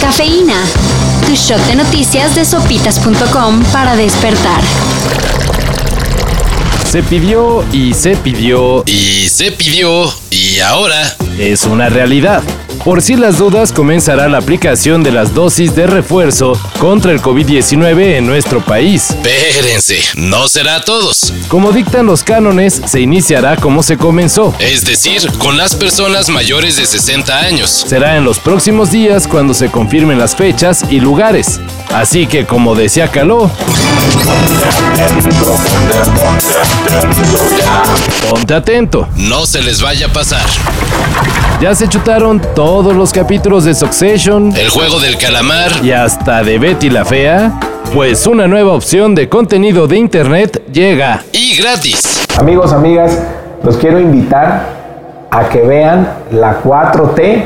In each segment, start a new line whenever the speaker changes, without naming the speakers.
Cafeína. Tu shot de noticias de sopitas.com para despertar.
Se pidió y se pidió
Y se pidió, y ahora.
es una realidad. Por si las dudas, comenzará la aplicación de las dosis de refuerzo contra el COVID-19 en nuestro país.
Espérense, no será a todos.
Como dictan los cánones, se iniciará como se comenzó.
Es decir, con las personas mayores de 60 años.
Será en los próximos días cuando se confirmen las fechas y lugares. Así que, como decía Caló, ponte atento.
No se les vaya a pasar.
Ya se chutaron todos los capítulos de Succession
El juego del calamar.
y hasta de Betty la Fea, pues una nueva opción de contenido de internet llega.
Y gratis.
Amigos, amigas, los quiero invitar a que vean la 4T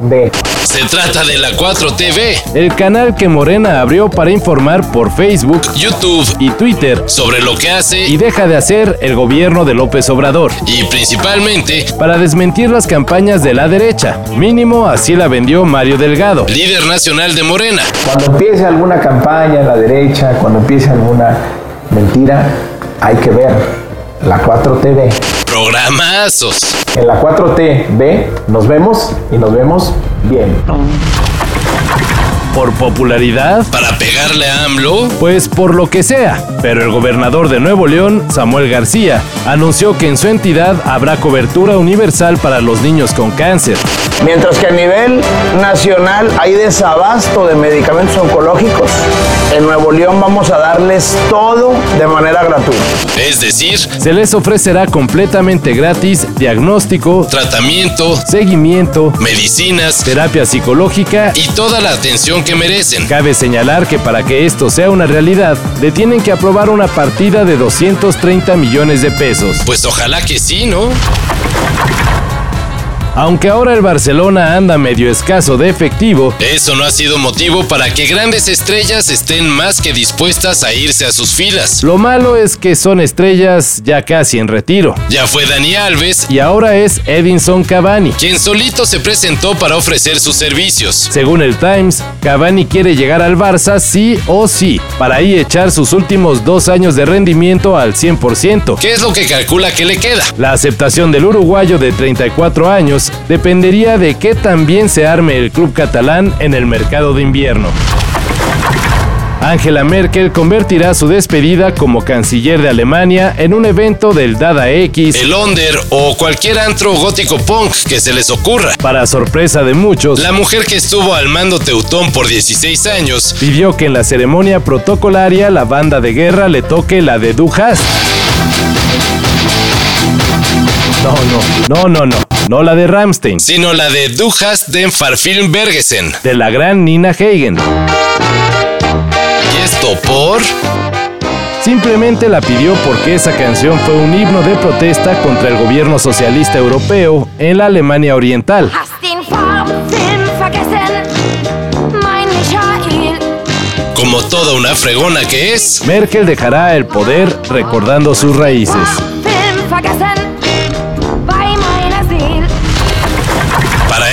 de
Se trata de la 4TV,
El canal que Morena abrió para informar por Facebook
YouTube,
y Twitter
sobre lo que
y
hace
deja de hacer el gobierno de López Obrador
y principalmente
para desmentir las campañas de la derecha. Mínimo así la vendió Mario Delgado.
líder nacional de Morena.
cuando empiece alguna campaña en la derecha, cuando empiece alguna mentira, hay que ver la 4TV.
Programazos.
En la 4TV nos vemos y nos vemos bien.
Por popularidad,
Para pegarle a AMLO,
Pues por lo que sea, pero el gobernador de Nuevo León, Samuel García, anunció que en su entidad habrá cobertura universal para los niños con cáncer.
Mientras que a nivel nacional hay desabasto de medicamentos oncológicos, en Nuevo León vamos a darles todo de manera gratuita.
es decir,
Se les ofrecerá completamente gratis diagnóstico,
tratamiento,
seguimiento,
medicinas
terapia psicológica y
y toda la atención que merecen.
Cabe señalar que para que esto sea una realidad, le tienen que aprobar una partida de 230 millones de pesos.
Pues ojalá que sí, ¿no?
Aunque ahora el Barcelona anda medio escaso de efectivo,
Eso no ha sido motivo para que grandes estrellas estén más que dispuestas a irse a sus filas.
lo malo es que son estrellas ya casi en retiro.
Ya fue Dani Alves,
y ahora es Edinson Cavani.
quien solito se presentó para ofrecer sus servicios.
Según el Times, Cavani quiere llegar al Barça sí o sí, para ahí echar sus últimos dos años de rendimiento al 100%.
¿Qué es lo que calcula que le queda?
La aceptación del uruguayo de 34 años dependería de qué tan bien se arme el club catalán en el mercado de invierno. Angela Merkel convertirá su despedida como canciller de Alemania en un evento del Dada X.
El Onder o cualquier antro gótico punk que se les ocurra.
Para sorpresa de muchos,
La mujer que estuvo al mando Teutón por 16 años
pidió que en la ceremonia protocolaria la banda de guerra le toque la de Dujas. No, no, no, no, no, no la de Ramstein,
sino la de Dujas den Farfilm Bergesen.
de la gran Nina Hagen.
Y esto por...
Simplemente la pidió porque esa canción fue un himno de protesta contra el gobierno socialista europeo en la Alemania Oriental.
Hast den Farbfilm vergessen, mein Michael.
Como toda una fregona que es,
Merkel dejará el poder recordando sus raíces.
Farbfilm vergessen, bei meiner Seele.
para